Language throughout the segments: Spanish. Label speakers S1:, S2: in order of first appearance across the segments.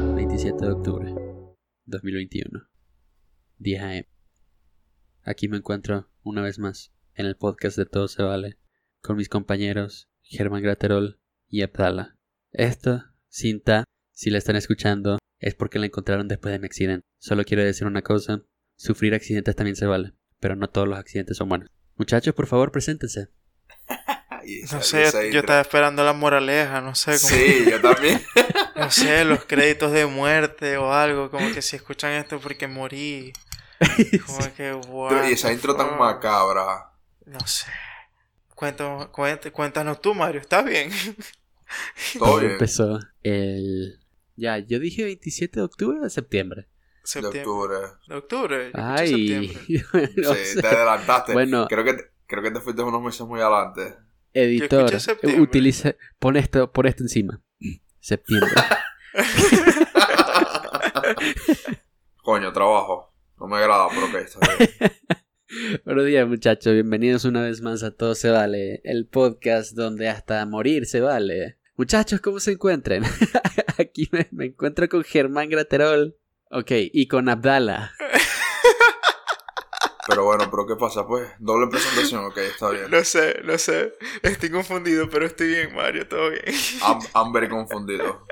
S1: de octubre 2021, 10 AM. Aquí me encuentro una vez más en el podcast de Todo se vale con mis compañeros Germán Graterol y Abdala. Esto, cinta, si la están escuchando, es porque la encontraron después de mi accidente. Solo quiero decir una cosa, sufrir accidentes también se vale, pero no todos los accidentes son buenos. Muchachos, por favor, preséntense.
S2: Y esa-
S3: No
S2: y
S3: sé,
S2: esa
S3: yo, yo
S2: intro.
S3: estaba esperando la moraleja, no sé, como,
S2: Sí, yo también.
S3: no sé, los créditos de muerte o algo, como que si escuchan esto porque morí. Como que, wow.
S2: y esa intro tan macabra.
S3: No sé. Cuento, cuent- cuéntanos tú, Mario, ¿estás bien?
S2: Todo
S1: Todo
S2: bien. De
S1: empezó el... Ya, yo dije 27 de octubre o de septiembre.
S3: Septiembre.
S2: octubre.
S3: De octubre. yo escuché
S1: Ay,
S3: septiembre.
S1: no
S2: sí,
S1: sé.
S2: te adelantaste.
S1: bueno,
S2: Creo que te, creo que te fuiste unos meses muy adelante.
S1: editor,
S3: septiembre.
S1: utiliza, pon esto, pon esto encima. Septiembre.
S2: Coño, trabajo. No me agrada, pero que está bien.
S1: Buenos días muchachos, bienvenidos una vez más a Todo se vale, el podcast donde hasta morir se vale. Muchachos, ¿cómo se encuentran? Aquí me, me encuentro con Germán Graterol. Ok, y con Abdala.
S2: Pero bueno, pero ¿qué pasa? Pues doble presentación, ok, está bien.
S3: No sé, no sé. Estoy confundido, pero estoy bien, Mario, todo bien.
S2: Am- Amber y confundido.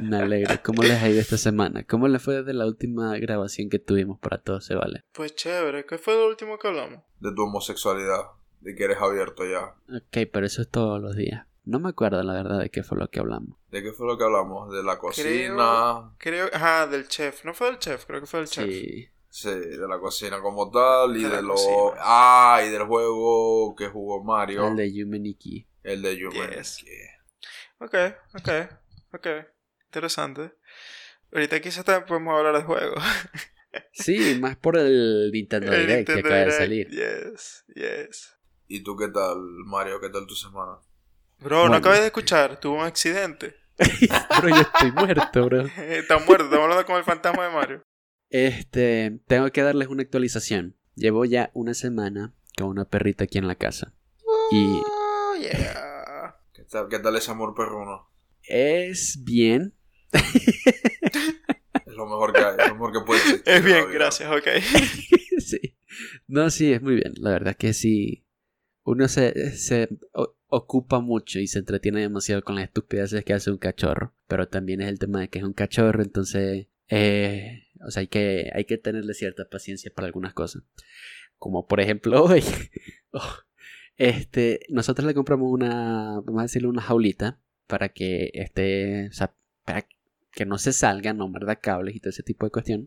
S1: Me alegro. ¿Cómo les ha ido esta semana? ¿Cómo les fue desde la última grabación que tuvimos para Todo se vale?
S3: Pues chévere, ¿qué fue lo último que hablamos?
S2: De tu homosexualidad. De que eres abierto ya.
S1: Ok, pero eso es todos los días. No me acuerdo la verdad de qué fue lo que hablamos.
S2: ¿De qué fue lo que hablamos? De la cocina.
S3: Creo, ajá, del chef. No fue del chef, creo que fue del chef.
S1: Sí.
S2: Sí, de la cocina como tal. Y
S3: De la
S2: de lo.
S3: cocina.
S2: Ah, y del juego que jugó Mario.
S1: El de Yumeniki.
S2: El de Human.
S3: Yes.
S2: Key.
S3: Ok, ok, ok. Interesante. Ahorita quizás también podemos hablar de juegos.
S1: Sí, más por el Nintendo
S3: El
S1: Direct que
S3: Nintendo
S1: acaba de salir.
S3: Direct, Yes, yes.
S2: ¿Y tú qué tal, Mario? ¿Qué tal tu semana?
S3: Bro,
S1: Bueno.
S3: no acabas de escuchar, tuvo un accidente.
S1: Pero yo estoy muerto, bro.
S3: Está muerto, estamos hablando con el fantasma de Mario.
S1: Este, tengo que darles una actualización. Llevo ya una semana con una perrita aquí en la casa. Y
S3: Oh, yeah.
S2: ¿Qué tal, qué tal ese amor perruno?
S1: es bien.
S2: Es lo mejor que hay, es lo mejor que puede existir.
S3: Es bien,
S2: todavía.
S3: gracias, ok.
S1: sí. No, sí, es muy bien. La verdad que sí. Uno se, se o- ocupa mucho y se entretiene demasiado con las estupideces que hace un cachorro. Pero también es el tema de que es un cachorro, entonces. eh, o sea, hay que, hay que tenerle cierta paciencia para algunas cosas. Como por ejemplo hoy. Oh, este, nosotros le compramos una, vamos a decirle, una jaulita para que esté, o sea, para que no se salgan, no muerda cables y todo ese tipo de cuestión.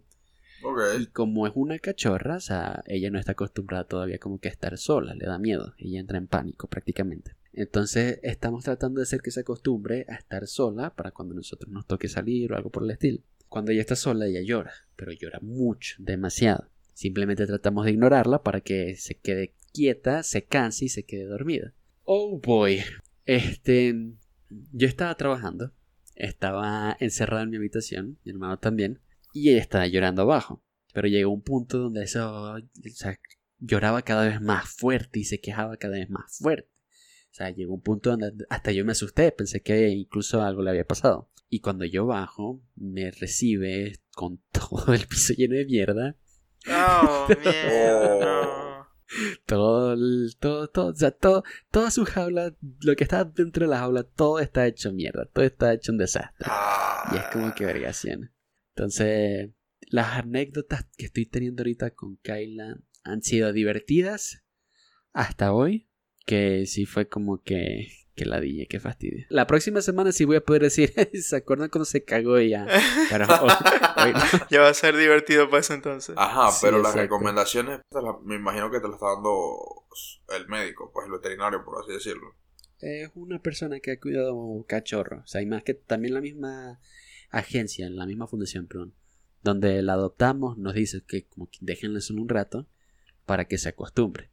S1: Y
S2: Ok,
S1: como es una cachorra, o sea, ella no está acostumbrada todavía como que a estar sola, le da miedo, ella entra en pánico prácticamente. Entonces estamos tratando de hacer que se acostumbre a estar sola para cuando nosotros nos toque salir o algo por el estilo. Cuando ella está sola, ella llora, pero llora mucho, demasiado. Simplemente tratamos de ignorarla para que se quede quieta, se canse y se quede dormida. Oh boy. Este, yo estaba trabajando, estaba encerrado en mi habitación, mi hermano también, y ella estaba llorando abajo. Pero llegó un punto donde eso, o sea, lloraba cada vez más fuerte y se quejaba cada vez más fuerte. O sea, llegó un punto donde hasta yo me asusté, pensé que incluso algo le había pasado. Y cuando yo bajo, me recibe con todo el piso lleno de mierda,
S3: No, mierda,
S2: Oh.
S3: no.
S1: todo, el- todo, todo, o sea, todo, toda su jaula, lo que está dentro de la jaula, todo está hecho mierda, todo está hecho un desastre. Y es
S3: Ah.
S1: como que vergación. Entonces, las anécdotas que estoy teniendo ahorita con Kyla han sido divertidas hasta hoy. Que sí fue como que. Que la dije, que fastidio. La próxima semana sí voy a poder decir. ¿Se acuerdan cuando se cagó ella? Pero hoy, hoy no.
S3: Ya va a ser divertido para eso entonces.
S2: Ajá,
S1: Sí,
S2: pero las
S1: exacto.
S2: recomendaciones, te las- me imagino que te las está dando el médico, pues el veterinario, por así decirlo.
S1: Es una persona que ha cuidado cachorros. O sea, y más que también la misma agencia, la misma fundación, perdón. Donde la adoptamos, nos dice que como que déjenla solo un rato para que se acostumbre.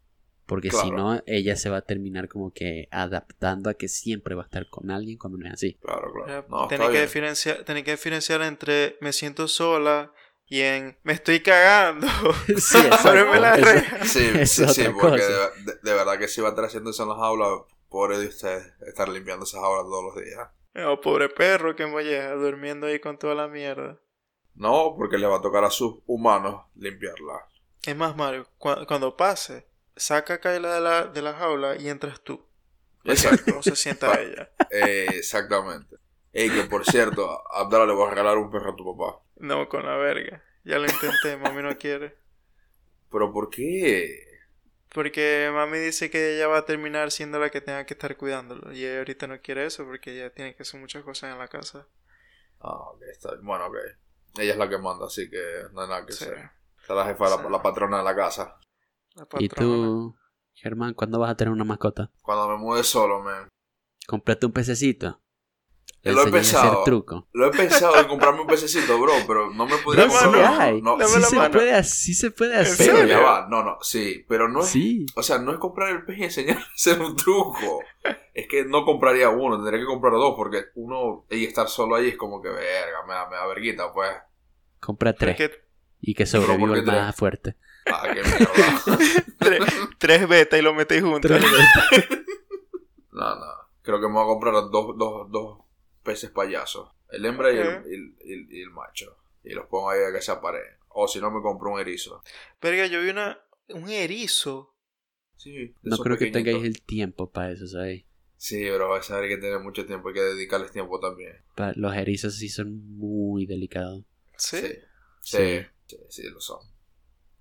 S1: Porque si
S2: Claro.
S1: no, ella se va a terminar como que adaptando a que siempre va a estar con alguien cuando no es así.
S2: Claro,
S3: Ahora,
S2: claro. No,
S3: tenés,
S2: está
S3: Eh, que
S2: bien.
S3: diferenciar, tenés que diferenciar entre me siento sola y en me estoy cagando.
S1: sí, exacto.
S3: Ábreme la
S1: Eso-
S3: reja.
S2: Sí,
S1: Es
S2: sí, sí,
S1: otra
S2: porque
S1: cosa.
S2: de, de- de verdad que si va a estar haciendo eso en las aulas, pobre de usted estar limpiando esas aulas todos los días.
S3: Oh, pobre perro que molleja durmiendo ahí con toda la mierda.
S2: No, porque le va a tocar a sus humanos limpiarla.
S3: Es más, Mario, cua- cuando pase, saca a Kayla de la, de la jaula y entras tú.
S2: Exacto.
S3: No se sienta ella.
S2: Eh, exactamente. Ey, que por cierto, a Abdala le voy a regalar un perro a tu papá.
S3: No, con la verga. Ya lo intenté, mami no quiere.
S2: Pero ¿por qué?
S3: Porque mami dice que ella va a terminar siendo la que tenga que estar cuidándolo. Y ella ahorita no quiere eso porque ella tiene que hacer muchas cosas en la casa.
S2: Ah, ok, está bien. Bueno, ok. Ella es la que manda, así que no hay nada que
S3: Sí,
S2: hacer. Está la jefa, la, la patrona de la casa.
S3: la
S1: ¿Y
S3: patrona.
S1: tú, Germán, cuándo vas a tener una mascota?
S2: Cuando me mude solo, man.
S1: Comprate un pececito.
S2: Yo lo he
S1: enseñé a hacer
S2: pensado.
S1: truco.
S2: Lo he pensado en comprarme un pececito, bro, pero no me podría
S1: No,
S3: Dame la
S1: sí
S2: comprar
S3: mano.
S1: hay.
S2: uno. No,
S3: Dame
S1: sí,
S3: la
S1: se
S3: mano.
S1: puede, ha- sí se puede hacer.
S2: pero
S3: serio?
S2: ya va. No, no, sí. Pero no es
S1: Sí.
S2: O sea, no es comprar el pez y enseñar a hacer un truco. Es que no compraría uno, tendría que comprar dos, porque uno y estar solo ahí es como que verga, me da, me da verguita, pues.
S1: Compra tres.
S3: Porque
S1: Y que
S2: Pero ¿por
S1: sobreviva
S2: qué
S1: el más fuerte.
S2: Ah, qué mierda.
S3: tres, tres betas y lo metéis juntos.
S2: No, no. Creo que me voy a comprar dos, dos, dos peces payasos. El hembra y, el,
S3: Ok.
S2: y el- y el- y el macho. Y los pongo ahí a que se apareen. O si no, me compro un erizo.
S3: Verga, yo vi una, un erizo.
S2: Sí, de
S1: No
S2: esos
S1: creo que
S2: pequeñitos.
S1: tengáis el tiempo para eso, ¿sabéis?
S2: Sí, bro, vas a ver que tener mucho tiempo, hay que dedicarles tiempo también.
S1: Pa- Los erizos sí son muy delicados.
S3: ¿Sí?
S2: Sí, sí, sí, sí, lo son.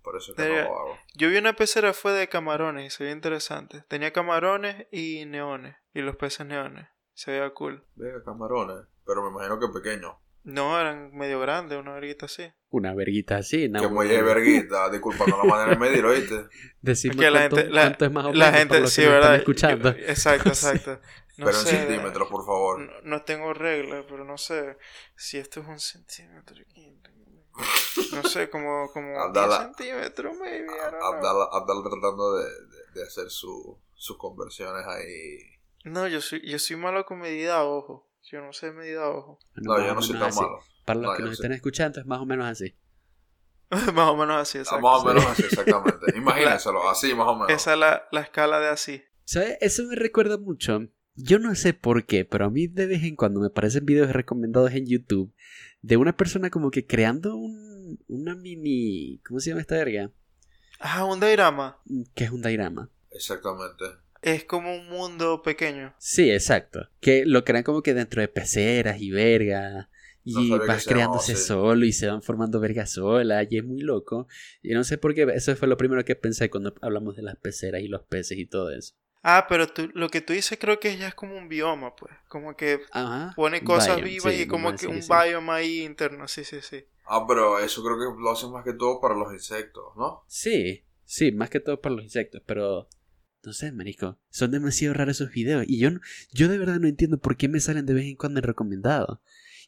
S2: Por eso es que
S3: Verga.
S2: no lo hago.
S3: Yo vi una pecera fue de camarones y se veía interesante. Tenía camarones y neones. Y los peces neones. Se veía cool.
S2: Verga, camarones. Pero me imagino que pequeños.
S3: No, eran medio grandes, una verguita así.
S1: Una verguita así, nada
S2: que muelle verguita. Disculpa, no la manera de medir, ¿oíste?
S1: Decimos
S3: Es que la
S1: cuánto,
S3: gente- la-
S1: cuánto es más o menos.
S3: La
S1: para
S3: gente,
S1: los pues, que
S3: sí,
S1: nos
S3: ¿verdad?
S1: Están escuchando.
S3: Yo- exacto, exacto. No
S2: pero
S3: sé,
S2: en centímetros, por favor.
S3: No, no tengo reglas, pero no sé si esto es un centímetro. No sé, como, como
S2: Abdala.
S3: 10 centímetros, maybe. I don't know.
S2: Abdala, Abdala tratando de, de- de hacer su- sus conversiones ahí.
S3: No, yo soy, yo soy malo con medida a ojo. Yo no sé medida a ojo.
S1: Bueno,
S2: No,
S1: más
S2: yo
S1: o
S2: no soy
S1: menos
S2: tan
S1: así.
S2: malo. Ah,
S1: Para los
S2: No,
S1: que
S2: yo
S1: nos
S2: no sé.
S1: estén escuchando, es más o menos así.
S3: más o menos así, exacto.
S2: más o
S3: sí.
S2: menos así, exactamente. Imagínenselo, así más o menos.
S3: Esa es la, la escala de así.
S1: ¿Sabes? Eso me recuerda mucho. Yo no sé por qué, pero a mí de vez en cuando me aparecen videos recomendados en YouTube de una persona como que creando un, una mini. ¿Cómo se llama esta verga?
S3: Ah, un diagrama.
S1: Que es un diagrama.
S2: Exactamente.
S3: Es como un mundo pequeño.
S1: Sí, exacto. Que lo crean como que dentro de peceras y verga.
S2: No
S1: Y
S2: sabía que
S1: vas
S2: se
S1: creándose
S2: llamaba así.
S1: solo y se van formando verga sola. Y es muy loco. Y no sé por qué. Eso fue lo primero que pensé cuando hablamos de las peceras y los peces y todo eso.
S3: Ah, pero tú, lo que tú dices creo que ya es como un bioma, pues. Como que
S1: Ajá.
S3: pone cosas
S1: Biome,
S3: vivas
S1: sí,
S3: y como
S1: vamos a
S3: que
S1: decir
S3: un
S1: sí.
S3: bioma ahí interno. Sí, sí, sí.
S2: Ah, pero eso creo que lo hacen más que todo para los insectos, ¿no?
S1: Sí, sí, más que todo por los insectos, pero no sé, marico, son demasiado raros esos videos y yo no- yo de verdad no entiendo por qué me salen de vez en cuando en recomendados.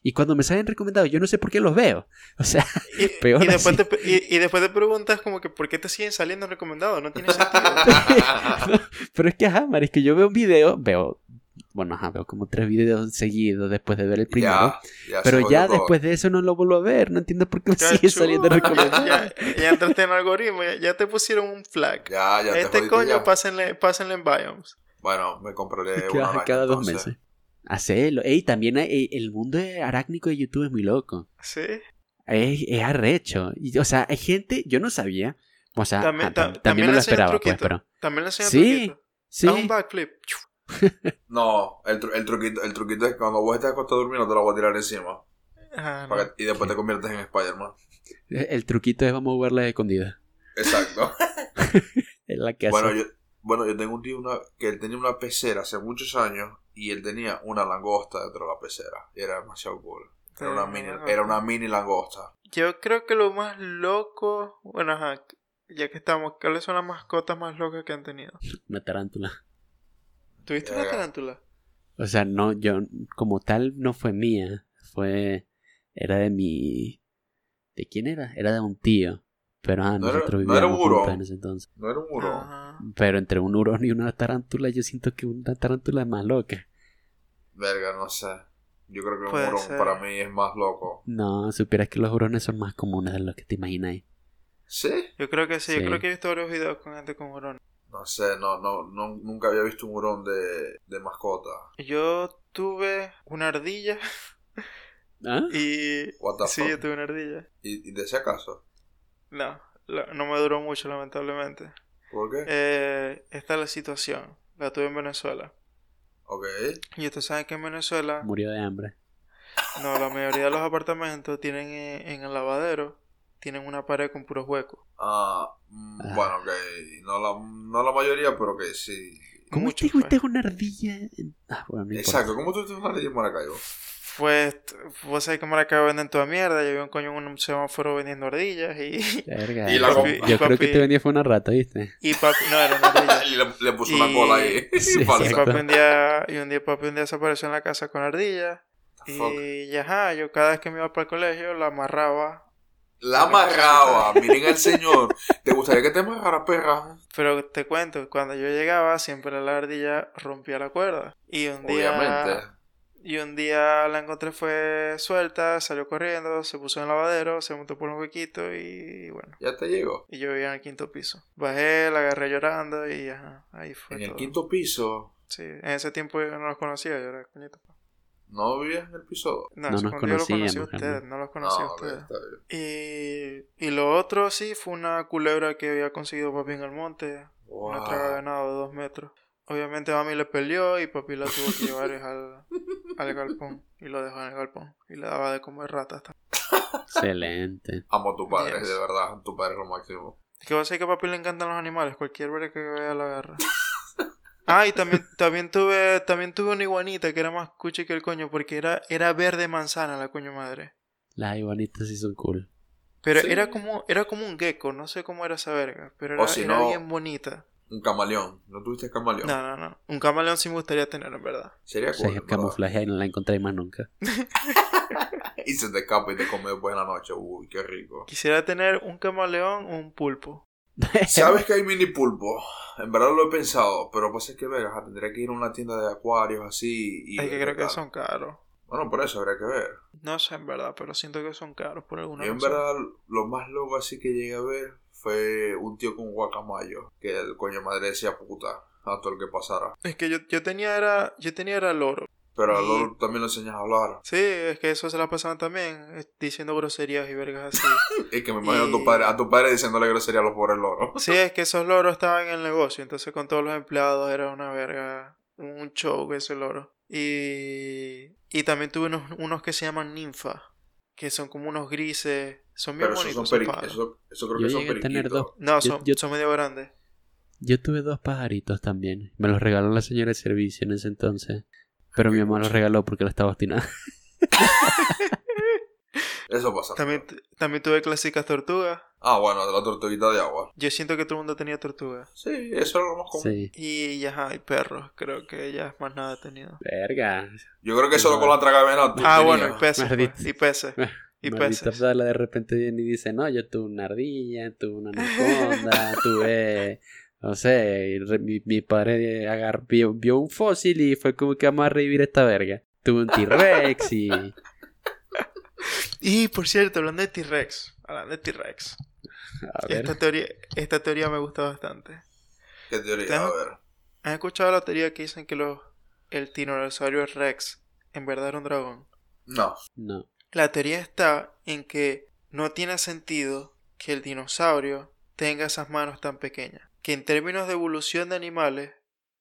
S1: Y cuando me salen recomendados, yo no sé por qué los veo. O sea,
S3: Y,
S1: Peor
S3: y después
S1: así.
S3: te, pe- y, y después te preguntas como que ¿por qué te siguen saliendo recomendados? No tiene sentido.
S1: pero es que ajá, marico, yo veo un video, veo bueno, ajá, veo como tres videos seguidos después de ver el primero.
S2: ya, ya se
S1: Pero
S2: jodió
S1: ya
S2: todo.
S1: después de eso no lo vuelvo a ver, no entiendo por qué me sigue
S3: Cachu,
S1: saliendo recomendado.
S3: Ya, ya entraste en algoritmo, ya, ya te pusieron un flag.
S2: Ya, ya te
S3: este
S2: jodiste,
S3: coño,
S2: ya.
S3: pásenle, pásenle en biomes.
S2: Bueno, me compraré
S1: que
S2: una
S1: baja
S2: araña,
S1: cada dos
S2: entonces.
S1: meses. Hacelo. Ey, también hay- eh, el mundo arácnico de YouTube es muy loco.
S3: ¿Sí?
S1: Es, es arrecho. Y, o sea, hay gente, yo no sabía. O sea,
S3: También-
S1: ah, tam- también,
S3: ta- también
S1: me
S3: le
S1: lo
S3: hacen el
S1: esperaba, pues,
S3: truquito.
S1: pero.
S3: También le enseñan
S1: Sí,
S3: truquito.
S1: Sí.
S3: Haz un backflip. Chu.
S2: No, el, tru- el truquito, el truquito es que cuando vos estés acostado durmiendo te lo voy a tirar encima.
S3: Ah, no.
S2: Para que- y después te conviertes en Spider-Man.
S1: El truquito es vamos a jugarla de escondida.
S2: Exacto.
S1: Es la que
S2: Bueno
S1: hace.
S2: yo, bueno, yo tengo un tío una- que él tenía una pecera hace muchos años y él tenía una langosta dentro de la pecera. Y era demasiado cool. Era una mini,
S3: Ah,
S2: era una mini langosta.
S3: Yo creo que lo más loco. Bueno, ajá. Ya que estamos, ¿cuáles son las mascotas más locas que han tenido?
S1: Una tarántula.
S3: ¿Tuviste una
S2: Verga.
S3: tarántula?
S1: O sea, no, yo, como tal, no fue mía. Fue. Era de mi. ¿De quién era? Era de un tío. Pero ah,
S2: No era-
S1: nosotros
S2: no era un
S1: vivíamos
S2: hurón.
S1: juntos en ese entonces.
S2: No era un muro.
S3: Ajá.
S1: Pero entre un hurón y una tarántula, yo siento que una tarántula es más loca.
S2: Verga, no sé. Yo creo que un
S3: Puede
S2: muro
S3: ser.
S2: para mí es más loco.
S1: No, supieras que los hurones son más comunes de lo que te imagináis.
S2: ¿Sí?
S3: Yo creo que sí,
S1: Sí.
S3: yo creo que he visto varios videos con gente con hurones.
S2: No sé, no, no, no nunca había visto un hurón de, de mascota.
S3: Yo tuve una ardilla
S1: ¿Ah?
S3: Y
S2: What the
S3: sí,
S2: fuck.
S3: yo tuve una ardilla.
S2: ¿Y, y de ese acaso?
S3: No, la- no me duró mucho, lamentablemente.
S2: ¿Por qué?
S3: Eh, esta es la situación. La tuve en Venezuela.
S2: ok.
S3: Y ustedes saben que en Venezuela,
S1: Murió de hambre.
S3: no, la mayoría de los apartamentos tienen en, en el lavadero, tienen una pared con puros huecos.
S2: Ah, mm,
S1: Ah.
S2: Bueno, ok. No la, no la mayoría, pero que sí.
S1: ¿Cómo
S3: Mucho
S1: te gusta
S3: fue.
S1: una ardilla? Ah, bueno, no importa.
S2: Exacto. ¿Cómo tú te vas a en Maracaibo?
S3: Pues, t- vos sabés que Maracaibo venden toda mierda. Yo vi un coño en un semáforo vendiendo ardillas y,
S1: Verga.
S2: Y la
S1: Yo-
S2: comp-
S1: Yo creo que
S3: papi-
S1: te venía fue una rata, ¿viste?
S3: y papi, no, eran ardillas.
S2: Y le, le puso
S3: Y-
S2: una cola ahí.
S1: Sí,
S2: falsa.
S3: Y
S1: Exacto.
S3: papi un día, y un día papi un día se apareció en la casa con ardillas.
S2: Fuck.
S3: Y, y ajá, yo cada vez que me iba para el colegio la amarraba
S2: La amarraba. Miren al señor. ¿Te gustaría que te amarrara, perra?
S3: Pero te cuento, cuando yo llegaba, siempre la ardilla rompía la cuerda. Y un día.
S2: Obviamente.
S3: Y un día la encontré, fue suelta, salió corriendo, se puso en el lavadero, se montó por un huequito y bueno.
S2: Ya te llegó.
S3: Y yo vivía en el quinto piso. Bajé, la agarré llorando y ajá, ahí fue
S2: En el
S3: todo.
S2: quinto piso.
S3: Sí, en ese tiempo yo no los conocía, yo era coñito.
S2: ¿No vivías en el piso?
S3: No,
S1: No
S3: eso
S1: nos
S3: cuando yo los conocí a
S1: conocíamos,
S3: ustedes,
S1: Germán.
S3: no los
S2: No,
S3: conocí a
S2: ok,
S3: ustedes.
S2: está bien.
S3: Y, y lo otro sí fue una culebra que había conseguido papi en el monte,
S2: Wow.
S3: Una traga de venado de dos metros. Obviamente mami le peleó y papi la tuvo que llevar al, al galpón. Y lo dejó en el galpón. Y le daba de comer ratas también.
S1: Excelente.
S2: Amo a tu padre,
S3: Yes.
S2: de verdad. Tu padre es lo máximo.
S3: Es que vos sabés que a papi le encantan los animales. Cualquier verga que vea la agarra. Ah, y también, también tuve también tuve una iguanita que era más cuchi que el coño. Porque era, era verde manzana la coño madre.
S1: Las iguanitas sí son cool.
S3: Pero
S2: Sí.
S3: era como era como un gecko. No sé cómo era esa verga. Pero
S2: O
S3: era,
S2: si
S3: era
S2: no-
S3: bien bonita.
S2: Un camaleón. ¿No tuviste camaleón?
S3: No, no, no. Un camaleón sí me gustaría tener, en verdad.
S2: Sería
S1: O sea,
S2: cool.
S1: yo
S2: ¿verdad?
S1: camuflaje y no la encontré más nunca.
S2: Y se te escapa y te come después en la noche. Uy, qué rico.
S3: Quisiera tener un camaleón o un pulpo. Em,
S2: ¿Sabes que hay mini pulpo? En verdad lo he pensado, pero pasa que Vegas tendría que ir a una tienda de acuarios así. Y
S3: Es que creo que
S2: tal.
S3: son caros.
S2: Bueno, por eso habría que ver.
S3: No sé en verdad, pero siento que son caros por alguna
S2: Yo en
S3: razón.
S2: verdad lo más loco así que llegué a ver fue un tío con guacamayo, que el coño madre decía puta a todo el que pasara.
S3: Es que yo, yo tenía era yo tenía era loro.
S2: Pero a
S3: Y-
S2: Lolo también lo enseñas a hablar.
S3: Sí, es que eso se la pasaban también eh, diciendo groserías y vergas así.
S2: Es que me imagino a
S3: Y-
S2: tu padre, a tu padre diciéndole grosería a los pobres loros.
S3: sí, es que esos loros estaban en el negocio, entonces con todos los empleados era una verga, un show ese loro. Y y también tuve unos, unos que se llaman ninfas, que son como unos grises, son bien
S2: Pero esos son
S3: bonitos.
S2: peri-
S3: esos pájaros.
S2: eso, eso creo
S1: Yo
S2: que son
S1: llegué a tener
S2: periquitos.
S1: dos.
S3: No,
S1: yo-
S3: son,
S1: yo-
S3: son medio grandes.
S1: Yo tuve dos pajaritos también. Me los regaló la señora de servicio en ese entonces. Pero mi mamá los regaló porque la estaba obstinada.
S2: Eso pasa.
S3: También, t- también tuve clásicas tortugas.
S2: Ah, bueno, de la tortuguita de agua.
S3: Yo siento que todo el mundo tenía tortugas.
S2: Sí, eso era lo más común.
S1: Sí.
S3: Y ya ajá, hay perros, creo que ya más nada he tenido.
S1: Verga.
S2: Yo creo que solo con la traga de venado tú
S3: Ah,
S2: tenías.
S3: bueno, y peces.
S1: Maldito.
S3: pues, y peces. Y pues,
S1: Maldita
S3: peces.
S1: Dala de repente viene y dice, no, yo tuve una ardilla, tuve una anaconda, tuve, no sé, y re- mi, mi padre agar- vio, vio un fósil y fue como que vamos a revivir esta verga. Tuve un T-Rex y...
S3: Y por cierto, hablando de T-Rex. Hablando de T-Rex.
S1: A ver,
S3: Esta teoría, esta teoría me gusta bastante.
S2: ¿Qué teoría?
S3: Tengo-
S2: A ver.
S3: ¿Has escuchado la teoría que dicen que los, el tiranosaurio Rex en verdad era un dragón?
S2: No.
S1: no.
S3: La teoría está en que no tiene sentido que el dinosaurio tenga esas manos tan pequeñas. Que en términos de evolución de animales,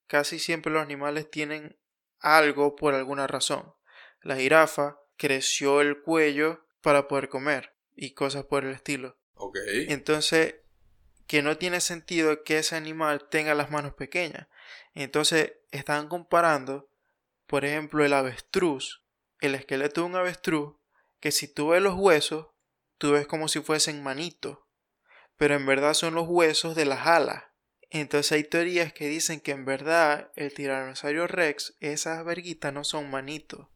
S3: casi siempre los animales tienen algo por alguna razón. La jirafa creció el cuello para poder comer y cosas por el estilo.
S2: Ok.
S3: Entonces, que no tiene sentido que ese animal tenga las manos pequeñas. Entonces, están comparando, por ejemplo, el avestruz, el esqueleto de un avestruz, que si tú ves los huesos, tú ves como si fuesen manitos, pero en verdad son los huesos de las alas. Entonces hay teorías que dicen que en verdad el tiranosaurio rex, esas verguitas no son manitos,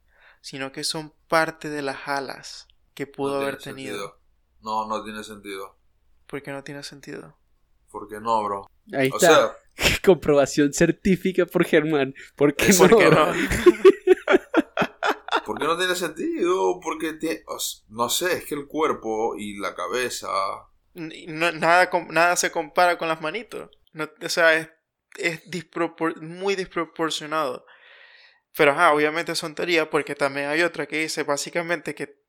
S3: sino que son parte de las alas que pudo
S2: No
S3: haber
S2: tiene
S3: tenido.
S2: sentido. No, no tiene sentido.
S3: Porque no tiene sentido.
S2: ¿Por qué no, bro?
S1: Ahí
S2: O
S1: está,
S2: sea,
S1: comprobación científica por Germán. ¿Por qué
S2: Eso
S1: no?
S3: Porque no.
S2: ¿por qué no tiene sentido? Porque tie- o s- no sé, es que el cuerpo y la cabeza.
S3: N- no- nada, com- nada se compara con las manitos. No- o sea, es, es dispropor- muy desproporcionado. Pero ajá, obviamente son teorías porque también hay otra que dice básicamente que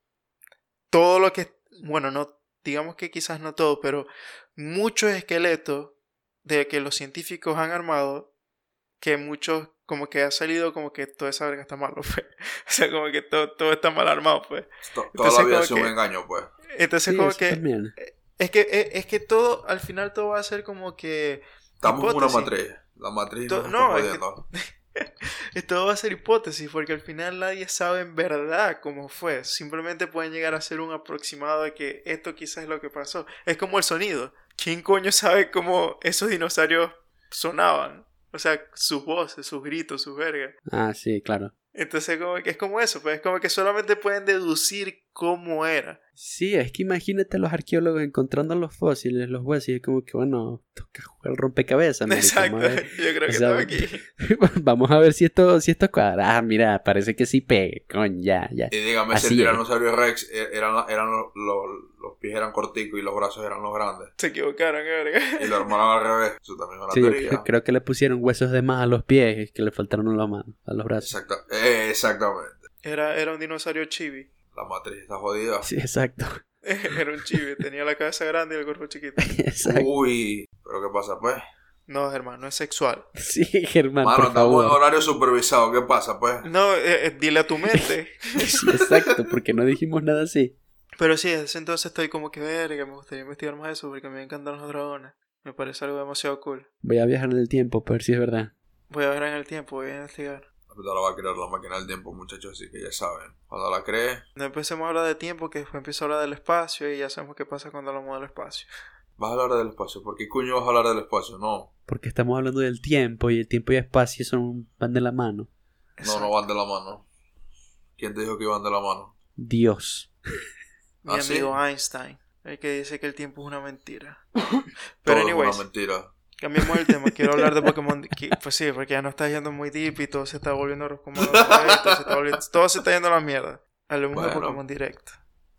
S3: todo lo que, bueno, no, digamos que quizás no todo, pero muchos esqueletos de que los científicos han armado, que muchos como que ha salido como que toda esa verga está malo, pues. O sea, como que todo, todo está mal armado, pues.
S2: To- toda
S3: Entonces,
S2: la vida
S3: como
S2: es un
S3: que-
S2: engaño, pues.
S3: Entonces
S1: Sí,
S3: como
S1: eso
S3: que...
S1: también.
S3: Es que, es, es que todo, al final todo va a ser como que...
S2: Estamos en una
S3: hipótesis.
S2: matriz. La matriz
S3: To-
S2: nos
S3: no,
S2: está
S3: es que-
S2: jodiendo.
S3: Y todo va a ser hipótesis, porque al final nadie sabe en verdad cómo fue. Simplemente pueden llegar a ser un aproximado de que esto quizás es lo que pasó. Es como el sonido. ¿Quién coño sabe cómo esos dinosaurios sonaban? O sea, sus voces, sus gritos, sus vergas.
S1: Ah, sí, claro.
S3: Entonces como que es como eso, pues es como que solamente pueden deducir cómo era.
S1: Sí, es que imagínate a los arqueólogos encontrando los fósiles, los huesos, y es como que, bueno, toca jugar al rompecabezas. marico,
S3: Exacto,
S1: vamos a ver.
S3: yo creo que
S1: o sea,
S3: estaba aquí.
S1: Vamos a ver si esto, si esto cuadra. Ah, mira, parece que sí pega. Coño, ya, ya.
S2: Y dígame si
S1: Así
S2: el
S1: es.
S2: tiranosaurio Rex er- eran, la- eran los, los- los pies eran corticos y los brazos eran los grandes.
S3: Se equivocaron, qué verga.
S2: Y lo armaron al revés. Eso también es una
S1: Sí, yo
S2: teoría.
S1: creo, creo que le pusieron huesos de más a los pies, es que le faltaron a la mano, a los brazos.
S2: Exacta- eh, exactamente.
S3: Era, era un dinosaurio chibi.
S2: La matriz está jodida.
S1: Sí, exacto.
S3: Era un chibi, tenía la cabeza grande y el cuerpo chiquito.
S2: Uh.
S1: Exacto.
S2: Uy, pero ¿qué pasa, pues?
S3: Ah, No, hermano, no es sexual.
S1: Sí, Germán,
S2: Mano,
S1: por
S2: estamos en
S1: favor.
S2: horario supervisado. ¿Qué pasa, pues?
S3: No, eh, eh, dile a tu mente.
S1: Sí, exacto, porque no dijimos nada así.
S3: Pero sí, desde ese entonces estoy como que verga, me gustaría investigar más eso porque me encantan los dragones. Me parece algo demasiado cool.
S1: Voy a viajar en el tiempo para ver si es verdad.
S3: Voy a ver en el tiempo, voy a investigar.
S2: Ahorita la va a crear la máquina del tiempo, muchachos, así que ya saben. Cuando la cree,
S3: No empecemos a hablar de tiempo, que después empiezo a hablar del espacio y ya sabemos qué pasa cuando hablamos del espacio.
S2: vas a hablar del espacio. ¿Por qué coño vas a hablar del espacio? No,
S1: Porque estamos hablando del tiempo y el tiempo y espacio son van de la mano.
S2: no, no van de la mano. ¿Quién te dijo que iban de la mano?
S1: Dios.
S3: Mi
S2: ¿Ah, sí?
S3: amigo Einstein, el que dice que el tiempo es una mentira.
S2: Todo
S3: Pero
S2: es
S3: anyways,
S2: una mentira.
S3: Cambiemos el tema, quiero hablar de Pokémon. que- Pues sí, porque ya no está yendo muy deep y todo se está volviendo Pokémon Direct, todo se está, volviendo, todo se está yendo a la mierda. Hablemos de
S2: Bueno.
S3: Pokémon Direct.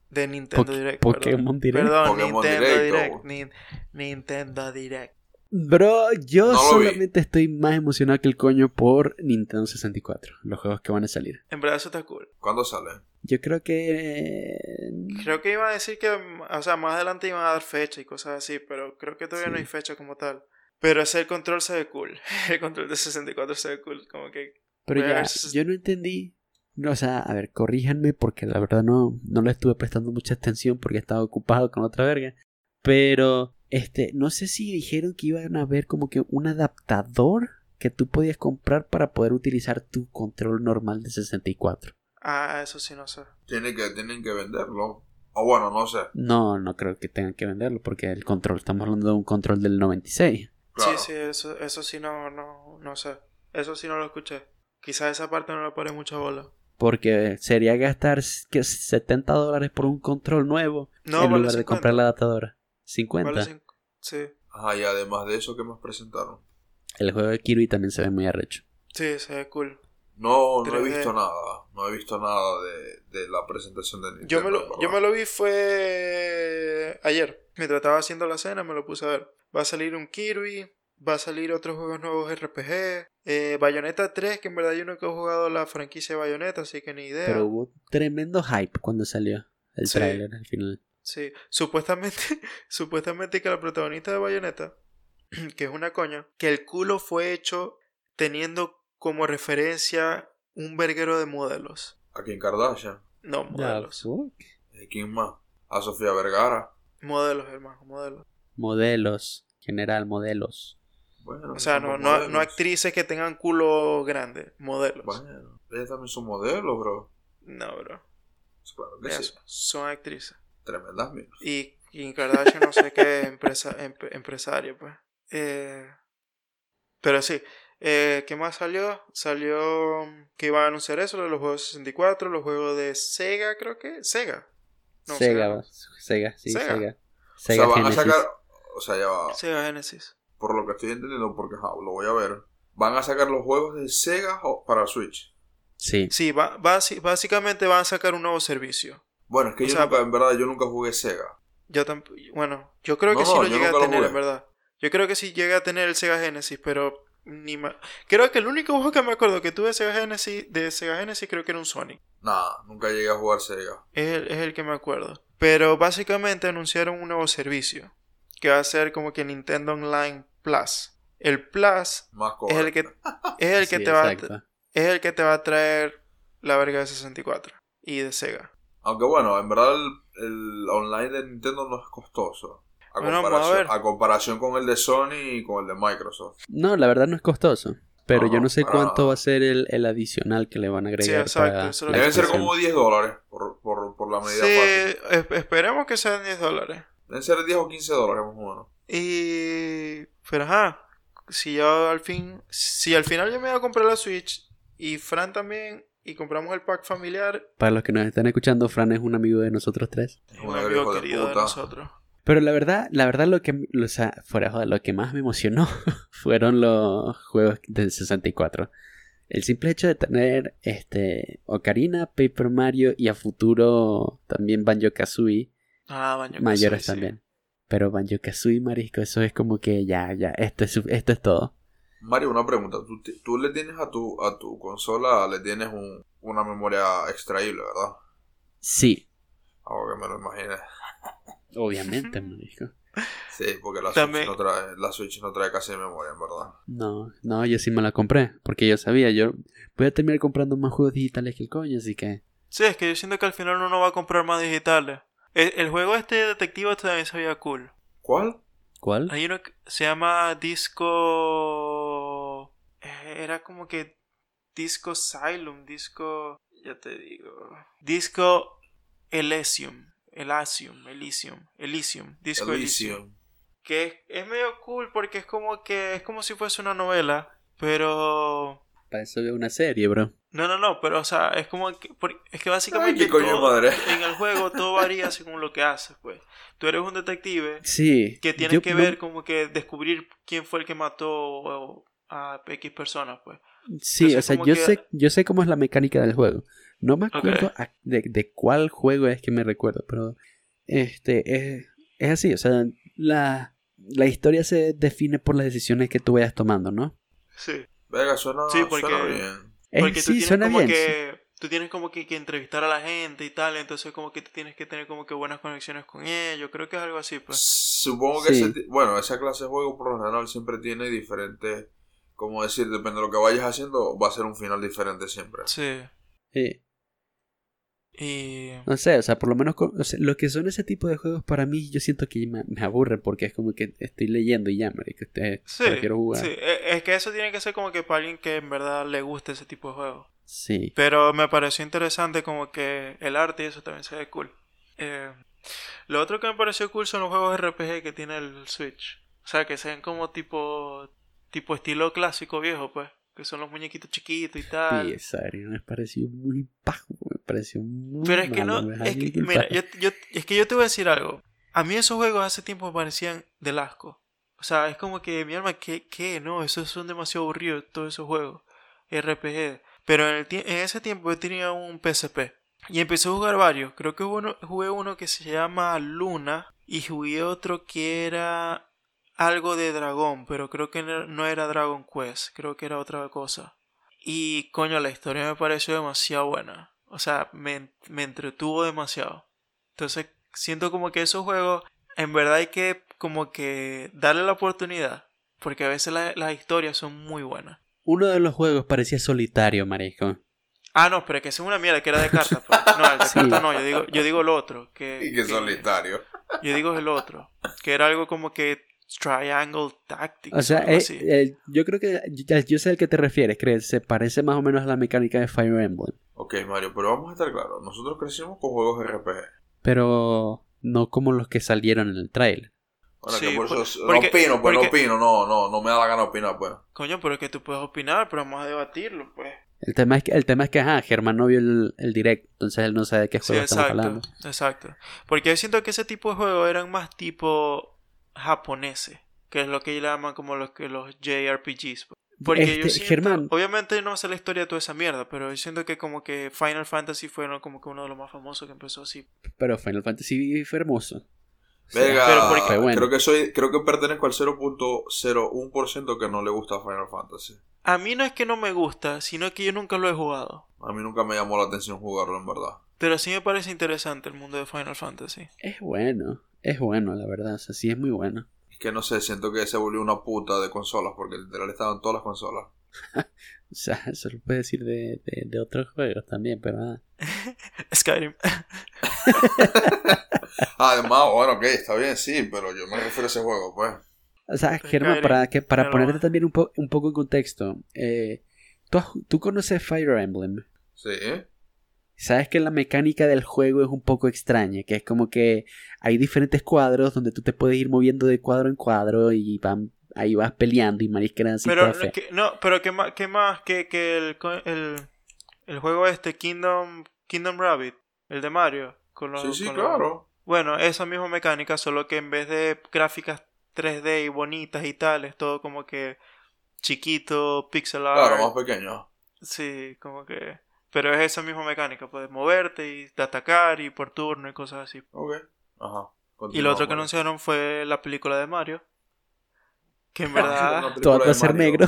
S3: De Nintendo
S1: Poke-
S3: Direct. perdón.
S1: Pokémon Direct.
S3: Perdón,
S2: Pokémon
S3: Nintendo
S2: Direct,
S3: Direct.
S2: oh.
S3: Nin- Nintendo Direct.
S1: Bro, yo
S2: No lo vi.
S1: solamente estoy más emocionado que el coño por Nintendo 64, los juegos que van a salir.
S3: En verdad eso está cool.
S2: ¿Cuándo sale?
S1: Yo creo que... eh,
S3: Creo que iba a decir que, o sea, más adelante iban a dar fecha y cosas así, pero creo que todavía no
S1: Sí.
S3: hay fecha como tal. Pero ese control se ve cool. El control de 64 se ve cool. Como que
S1: Pero
S3: Voy a
S1: ya,
S3: ver si-
S1: yo no entendí. No, o sea, a ver, corríjanme porque la verdad no, no le estuve prestando mucha atención porque estaba ocupado con otra verga. Pero, este, no sé si dijeron que iban a haber como que un adaptador que tú podías comprar para poder utilizar tu control normal de 64.
S3: Ah, eso sí, no sé.
S2: Tienen que, tienen que venderlo. O bueno, no sé.
S1: No, no creo que tengan que venderlo porque el control, estamos hablando de un control del 96.
S2: Claro.
S3: Sí, sí, eso, eso sí no, no, no sé. Eso sí no lo escuché. Quizás esa parte no le paré mucha bola.
S1: Porque sería gastar s- que 70 dólares por un control nuevo
S3: No,
S1: en
S3: vale
S1: lugar de
S3: 50.
S1: comprar la adaptadora. 50.
S3: Vale cinco- Sí,
S2: Ajá, y además de eso, ¿qué más presentaron?
S1: El juego de Kirby también se ve muy arrecho.
S3: sí, se ve cool.
S2: No, no he
S3: 3D.
S2: visto nada. No he visto nada de, de la presentación de Nintendo.
S3: Yo me, lo,
S2: ¿verdad?
S3: yo me lo vi fue ayer. Mientras estaba haciendo la cena me lo puse a ver. Va a salir un Kirby, va a salir otros juegos nuevos RPG, eh, Bayonetta 3, que en verdad yo nunca he jugado la franquicia de Bayonetta, así que ni idea.
S1: Pero hubo tremendo hype cuando salió el
S3: Eh. Sí.
S1: tráiler al final.
S3: Sí, supuestamente, supuestamente que la protagonista de Bayonetta, que es una coña, que el culo fue hecho teniendo como referencia un verguero de modelos.
S2: A Kim Kardashian.
S3: No,
S1: pues.
S3: modelos.
S2: ¿Y quién más? A Sofía Vergara.
S3: Modelos, hermano, modelos.
S1: Modelos, general, modelos.
S2: Bueno,
S3: O sea,
S2: son
S3: no, no,
S2: modelos.
S3: no actrices que tengan culo grande, modelos.
S2: Bueno, ellas también son modelos, bro.
S3: No, bro.
S2: Claro que
S3: Ya
S2: Pues sí.
S3: son- Son actrices.
S2: Tremendas minas.
S3: Y Kim Kardashian no sé qué empresa, em- empresaria, pues. Eh, pero sí. Eh, ¿Qué más salió? Salió que iba a anunciar eso, lo de los juegos 64, los juegos de Sega, creo que. Sega. No,
S1: Sega,
S3: Sega.
S1: va. Sega, sí,
S3: Sega.
S1: Sega. Sega,
S2: o sea, van
S1: Genesis.
S2: a sacar. O sea, ya va.
S3: Sega Genesis.
S2: Por lo que estoy entendiendo, porque ja, lo voy a ver. Van a sacar los juegos de Sega o- para Switch.
S1: Sí,
S3: Sí, va, basi- básicamente van a sacar un nuevo servicio.
S2: Bueno, es que
S3: O
S2: yo
S3: sea,
S2: nunca, en verdad, yo nunca jugué Sega.
S3: Yo tampoco. Bueno, yo creo que
S2: No,
S3: sí
S2: no,
S3: lo
S2: yo
S3: llegué a
S2: nunca lo
S3: tener,
S2: jugué.
S3: en verdad. Yo creo que sí llegué a tener el Sega Genesis, pero Ni me- Creo que el único juego que me acuerdo que tuve de Sega Genesis, de Sega Genesis creo que era un Sonic.
S2: Nada, nunca llegué a jugar Sega.
S3: Es el, es el que me acuerdo. Pero básicamente anunciaron un nuevo servicio. Que va a ser como que Nintendo Online Plus. El Plus
S2: Más
S3: es
S2: cosas.
S3: el que, es el que
S1: Sí,
S3: te va a,
S1: exacto.
S3: es el que te va a traer la verga de 64 y de Sega.
S2: Aunque bueno, en verdad el, el online de Nintendo no es costoso. A
S3: Bueno, vamos a
S2: comparación,
S3: ver.
S2: a comparación con el de Sony y con el de Microsoft.
S1: No, la verdad no es costoso. Pero yo
S2: Ajá,
S1: no sé
S2: para
S1: cuánto
S2: nada.
S1: va a ser el, el adicional que le van a agregar.
S3: exacto,
S1: para
S3: eso es lo
S1: la
S3: que-
S2: Deben ser
S1: expansión.
S2: como 10 dólares por, por, por la
S3: Sí,
S2: medida fácil.
S3: es- esperemos que sean 10 dólares.
S2: Deben ser 10 o 15 dólares más o menos.
S3: Y. Pero ajá. Si yo al fin. Si al final yo me voy a comprar la Switch. Y Fran también. Y compramos el pack familiar.
S1: Para los que nos están escuchando, Fran es un amigo de nosotros tres.
S2: Es
S3: Un
S2: una
S3: amigo
S2: hijo de
S3: querido de,
S2: puta.
S3: nosotros.
S1: Pero la verdad, la verdad lo que, o sea, fuera de joda, lo que más me emocionó fueron los juegos del 64. El simple hecho de tener este Ocarina, Paper Mario y a futuro también Banjo Kazooie,
S3: Ah, baño
S1: mayores también. Pero Banjo Kazooie, marisco, eso es como que ya, ya, esto es, esto es todo.
S2: Mario, una pregunta. ¿Tú, ti- tú le tienes a tu, a tu consola, le tienes un- una memoria extraíble, ¿verdad?
S1: Sí,
S2: Algo que me lo imaginé.
S1: obviamente, marisco.
S2: Sí, porque la,
S3: También-
S2: Switch no trae, la Switch no trae casi memoria, en verdad.
S1: No, no, yo sí me la compré, porque yo sabía, yo voy a terminar comprando más juegos digitales que el coño, así que...
S3: Sí, es que yo siento que al final uno no va a comprar más digitales. El, el juego este de detectivo también se veía cool.
S2: ¿Cuál?
S1: ¿Cuál?
S3: Hay uno que se llama Disco. eh, Era como que. Disco Asylum, Disco. Ya te digo. Disco Elysium. Elysium, Elysium, Elysium, Disco Elysium.
S2: Elysium.
S3: Que es, es medio cool porque es como que. Es como si fuese una novela, pero.
S1: Para eso veo una serie, bro.
S3: No, no, no, pero o sea, es como que. por- es que
S2: Ay,
S3: básicamente.
S2: qué coño de
S3: todo-
S2: madre.
S3: En el juego todo varía según lo que haces, pues. Tú eres un detective
S1: Sí.
S3: que tiene
S1: yo
S3: que
S1: no-
S3: ver como que descubrir quién fue el que mató a X personas, pues.
S1: Sí,
S3: Entonces,
S1: o sea,
S3: como
S1: yo
S3: que-
S1: sé, yo sé cómo es la mecánica del juego. No me acuerdo a- de, de cuál juego es que me recuerdo, pero este es, es así, o sea, la, la historia se define por las decisiones que tú vayas tomando, ¿no?
S3: Sí.
S2: Venga, suena,
S3: Sí, porque-
S2: suena bien.
S1: Eh,
S3: Porque tú
S1: sí,
S3: tienes
S1: suena
S3: como
S1: bien. sí.
S3: que tú tienes como que, que entrevistar a la gente y tal, entonces como que tú tienes que tener como que buenas conexiones con ellos, creo que es algo así, pues.
S2: Supongo que
S1: Sí.
S2: ese ti- bueno, esa clase de juego por lo general siempre tiene diferentes, como decir, depende de lo que vayas haciendo, va a ser un final diferente siempre.
S3: Sí.
S1: Sí.
S3: Y
S1: No sé, o sea, por lo menos con- o sea, lo que son ese tipo de juegos para mí, yo siento que me, me aburren porque es como que estoy leyendo y ya, que usted
S3: sí,
S1: prefiero jugar.
S3: sí, e- es que eso tiene que ser como que para alguien que en verdad le guste ese tipo de juegos.
S1: Sí.
S3: Pero me pareció interesante como que el arte y eso también se ve cool. Eh, lo otro que me pareció cool son los juegos RPG que tiene el Switch. O sea, que sean como tipo tipo estilo clásico viejo, pues. Que son los muñequitos chiquitos y tal.
S1: Sí, esa área me pareció muy pajo, me pareció muy
S3: Pero es que
S1: malo,
S3: no...
S1: me deja
S3: Es
S1: bien
S3: que, mira,
S1: culpable.
S3: yo, yo- es que yo te voy a decir algo. A mí esos juegos hace tiempo me parecían del asco. O sea, es como que, mi alma, ¿qué? qué? No, esos son demasiado aburridos, todos esos juegos. RPG. Pero en, el tie- en ese tiempo yo tenía un PSP. Y empecé a jugar varios. Creo que hubo uno- jugué uno que se llama Luna. Y jugué otro que era algo de dragón. Pero creo que no no era Dragon Quest. Creo que era otra cosa. Y coño, la historia me pareció demasiado buena. O sea, me, me entretuvo demasiado. Entonces, siento como que esos juegos, en verdad hay que como que darle la oportunidad. Porque a veces la- las historias son muy buenas.
S1: Uno de los juegos parecía solitario, marisco.
S3: Ah, no, pero es que esa es una mierda que era de cartas. pues. No, el de
S1: Sí.
S3: cartas no, yo digo, yo digo el otro. Que,
S2: Y que solitario.
S3: Yo digo el otro. Que era algo como que Triangle Tactics.
S1: O sea,
S3: algo
S1: eh,
S3: así.
S1: eh, yo creo que ya- yo sé al que te refieres, creo, se parece más o menos a la mecánica de Fire Emblem,
S2: Ok, Mario, pero vamos a estar claros. Nosotros crecimos con juegos RPG.
S1: pero no como los que salieron en el trailer.
S2: Ahora
S3: Sí,
S2: que por eso
S3: por-
S2: es-
S3: porque-
S2: no opino, pues
S3: porque-
S2: no opino, no, no, no me da la gana de opinar, pues.
S3: Coño, pero es que tú puedes opinar, pero vamos a debatirlo, pues.
S1: El tema es que, el tema es que ajá, Germán no vio el, el direct, entonces él no sabe de qué
S3: Sí,
S1: juego estamos hablando.
S3: exacto, exacto. Porque yo siento que ese tipo de juegos eran más tipo japoneses, que es lo que llaman como los que los JRPGs. pues. Porque yo
S1: Este,
S3: siento,
S1: Germán.
S3: obviamente no sé la historia de toda esa mierda, pero yo siento que como que Final Fantasy fue ¿no? como que uno de los más famosos que empezó así.
S1: Pero Final Fantasy fue hermoso.
S2: Venga,
S3: Pero porque-
S1: Fue bueno.
S2: creo, que soy, creo que pertenezco al 0.01% que no le gusta Final Fantasy.
S3: A mí no es que no me gusta, sino que yo nunca lo he jugado.
S2: A mí nunca me llamó la atención jugarlo, en verdad.
S3: Pero sí me parece interesante el mundo de Final Fantasy.
S1: Es bueno, es bueno, la verdad. O sea, sí es muy bueno.
S2: Es que no sé, siento que se volvió una puta de consolas, porque literal estaban todas las consolas.
S1: O sea, eso lo puedes decir de, de- de otros juegos también, pero ah,
S3: Skyrim.
S2: Además, bueno, ok, está bien, sí, pero yo me refiero a ese juego, pues.
S1: O sea,
S3: Pues,
S1: Germán,
S3: Skyrim,
S1: para, que, para
S3: pero-
S1: ponerte también un, po- un poco en contexto, eh, ¿tú, has- tú conoces Fire Emblem.
S2: Sí, ¿eh?
S1: Sabes que la mecánica del juego es un poco extraña, que es como que hay diferentes cuadros donde tú te puedes ir moviendo de cuadro en cuadro y van, ahí vas peleando y marisqueras así
S3: pero
S1: toda fea.
S3: que- no, pero ¿qué más? ¿Qué más? Que, que el, co- el, el juego este, Kingdom, Kingdom Rabbit, el de Mario. Con los,
S2: sí, sí,
S3: con los-
S2: claro.
S3: Bueno, esa misma mecánica, solo que en vez de gráficas 3D y bonitas y tal, es todo como que chiquito, pixel art.
S2: Claro, más pequeño.
S3: Sí, como que... Pero es esa misma mecánica, puedes moverte y de atacar y por turno y cosas así.
S2: Ok. Ajá.
S3: Y lo otro que
S2: continuamos.
S3: anunciaron fue la película de Mario. Que
S2: Ah,
S3: en
S2: Una
S3: verdad...
S2: película
S1: Todo
S2: de
S1: va a ser
S2: Mario.
S1: negro.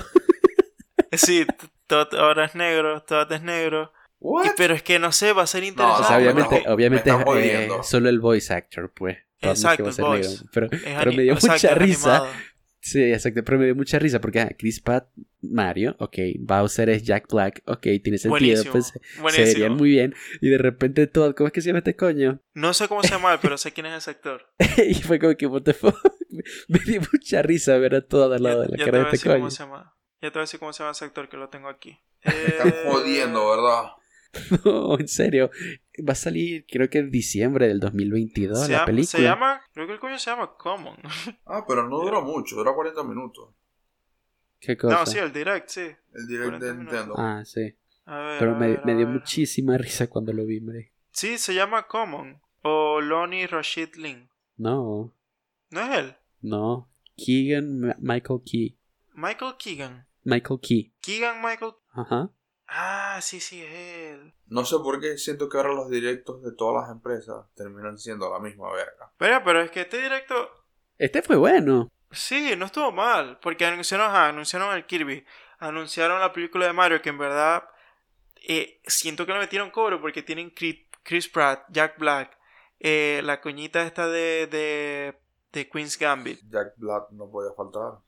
S3: sí, t- todo- ahora es negro, todo es negro.
S2: ¿What?
S3: Y- pero es que no sé, va a ser
S1: O
S3: interesante.
S1: sea,
S2: no, me
S1: obviamente,
S2: estás-
S1: obviamente
S2: me
S1: es
S2: estás
S1: eh,
S2: jodiendo.
S1: solo el voice actor, pues. Todo el mundo que
S3: Exacto,
S1: va a
S3: el
S1: ser
S3: voice.
S1: negro, pero,
S3: Es
S1: pero me dio
S3: ani- exacto,
S1: mucha
S3: es
S1: risa.
S3: animado.
S1: sí, exacto, pero me dio mucha risa porque ah, Chris Pratt, Mario, ok, Bowser es Jack Black, ok, tiene sentido,
S3: Buenísimo.
S1: pues se
S3: buenísimo.
S1: verían muy bien. Y de repente todo, ¿cómo es que se llama este coño?
S3: No sé cómo se llama, pero sé quién es ese actor.
S1: y fue como que, what the fuck. Me dio mucha risa ver a todo al lado de la
S3: ya, ya
S1: cara
S3: te voy
S1: de
S3: a
S1: este
S3: decir
S1: coño.
S3: cómo se llama. Ya te voy a decir cómo se llama ese actor que lo tengo aquí.
S2: Están
S3: Eh,
S2: jodiendo, ¿verdad?
S1: No, en serio. Va a salir, creo que en diciembre del 2022
S3: se
S1: la
S3: llama-
S1: película.
S3: Se llama, creo que el coño se llama Common.
S2: Ah, pero no
S3: Eh.
S2: dura mucho, dura 40 minutos.
S1: ¿Qué cosa?
S3: No, sí, el direct, sí.
S2: El direct
S3: 40
S2: de
S3: minutos.
S2: Nintendo.
S1: Ah, sí.
S3: A ver,
S1: Pero
S3: a
S1: me,
S3: ver,
S1: me
S3: a
S1: dio
S3: ver.
S1: muchísima risa cuando lo vi, hombre.
S3: Sí, se llama Common. O Lonnie Rashid Link.
S1: No,
S3: ¿No es él?
S1: no. Keegan Ma- Michael Key.
S3: Michael Keegan.
S1: Michael Key.
S3: Keegan Michael.
S1: Ajá.
S3: Ah, sí, sí, es él.
S2: No sé por qué siento que ahora los directos de todas las empresas terminan siendo la misma verga.
S3: Pero, pero es que este directo.
S1: Este fue bueno.
S3: Sí, no estuvo mal. Porque anunciaron, ajá, anunciaron el Kirby. Anunciaron la película de Mario, que en verdad. eh, siento que le metieron cobro porque tienen Cri- Chris Pratt, Jack Black, eh, la coñita esta de, de, de Queen's Gambit.
S2: Jack Black no podía faltar.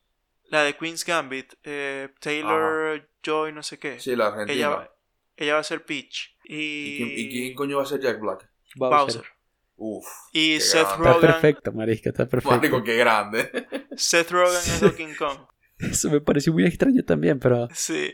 S3: La de Queen's Gambit, eh, Taylor Joy, no sé qué.
S2: Sí, la
S3: ella,
S2: Argentina.
S3: va- ella va a ser Peach.
S2: ¿Y,
S3: Y,
S2: quién, y quién coño va a ser Jack Black?
S3: Bowser.
S2: Uf.
S3: Y
S2: qué
S3: Seth
S2: grande.
S1: Está
S3: Rogen.
S1: perfecto, marisca, está perfecto.
S2: Marico, qué grande.
S3: Seth Rogen es Donkey Kong.
S1: Eso me pareció muy extraño también, pero
S3: Sí.